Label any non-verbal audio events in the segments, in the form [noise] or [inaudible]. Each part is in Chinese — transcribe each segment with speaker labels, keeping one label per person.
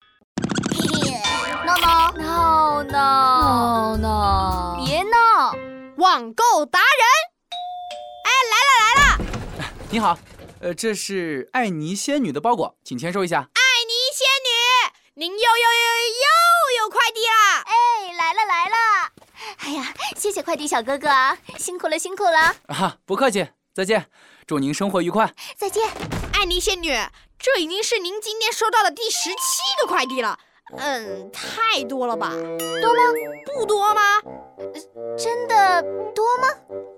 Speaker 1: Oh,
Speaker 2: 网购达人。哎，来了来了，
Speaker 3: 你好，呃，这是爱尼仙女的包裹，请签收一下。
Speaker 2: 爱尼仙女，您又又又又有快递啦！
Speaker 1: 哎，来了来了！哎呀，谢谢快递小哥哥啊，辛苦了辛苦了，
Speaker 3: 啊，不客气，再见，祝您生活愉快。
Speaker 1: 再见。
Speaker 2: 爱尼仙女，这已经是您今天收到的第十七个快递了。嗯，太多了吧？
Speaker 1: 多吗？
Speaker 2: 不多吗？
Speaker 1: 真的多吗？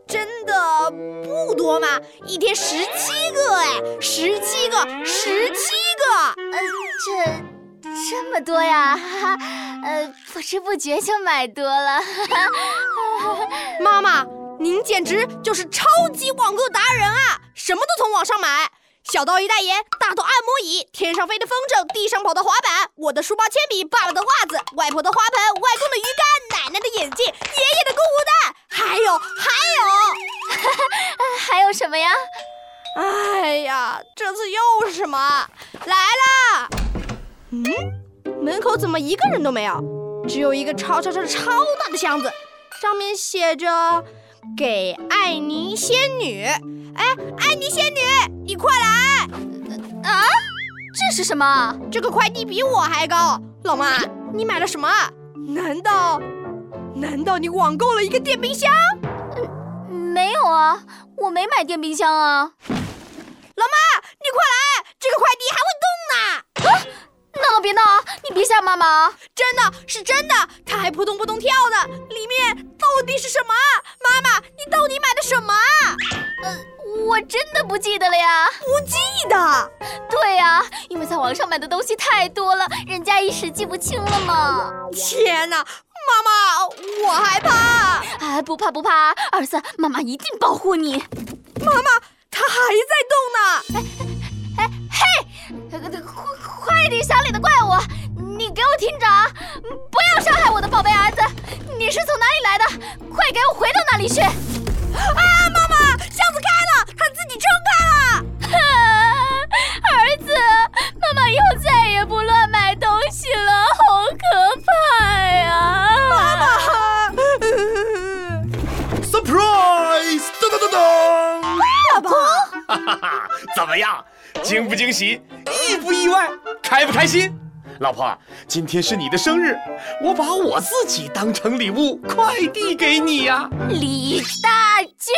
Speaker 2: 真的不多吗？一天十七个哎，十七个，十七个，
Speaker 1: 呃，这这么多呀， [laughs] 哈哈，呃，不知不觉就买多了， [laughs] 哈哈。
Speaker 2: 妈妈，您简直就是超级网购达人啊！什么都从网上买，小到一袋盐，大到按摩椅，天上飞的风筝，地上跑的滑板，我的书包、铅笔，爸爸的袜子，外婆的花盆，外公的鱼竿，奶奶的眼镜，爷爷的购物袋，还有还
Speaker 1: 还有什么呀？
Speaker 2: 有，哎呀，这次又是什么？来啦！嗯，门口怎么一个人都没有？只有一个超超超超大的箱子，上面写着“给爱尼仙女”。哎，爱尼仙女，你快来！
Speaker 1: 啊，这是什么？
Speaker 2: 这个快递比我还高。老妈，你买了什么啊？难道，难道你网购了一个电冰箱？
Speaker 1: 没有啊，我没买电冰箱啊。
Speaker 2: 老妈，你快来！这个快递还会动呢，
Speaker 1: 闹闹别闹啊，你别吓妈妈啊。
Speaker 2: 真的是真的，它还扑通扑通跳呢。里面到底是什么啊？妈妈，你到底买的什么啊？
Speaker 1: 我真的不记得了呀。
Speaker 2: 不记得。
Speaker 1: 对呀、因为在网上买的东西太多了，人家一时记不清了嘛。
Speaker 2: 天哪，妈妈，我害怕。
Speaker 1: 啊，不怕不怕，儿子，妈妈一定保护你。
Speaker 2: 它还在动呢。
Speaker 1: 呃快快点，想你的怪物，啊你给我听着啊！不要伤害我的宝贝儿子。你是从哪里来的？快给我回到那里去！
Speaker 2: 啊，妈妈，箱子开了，它自己撑开了。
Speaker 1: [laughs] 儿子，妈妈以后再也不乱买东西了，好可怕呀！妈妈，
Speaker 4: Surprise！噔噔噔噔！
Speaker 2: 爸爸，
Speaker 4: 哈哈，怎么样？惊不惊喜？意不意外？开不开心？老婆，今天是你的生日，我把我自己当成礼物快递给你呀、
Speaker 1: 李大军，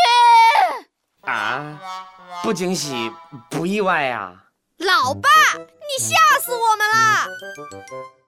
Speaker 4: 啊！不惊喜，不意外呀、啊
Speaker 2: 老爸，你吓死我们了。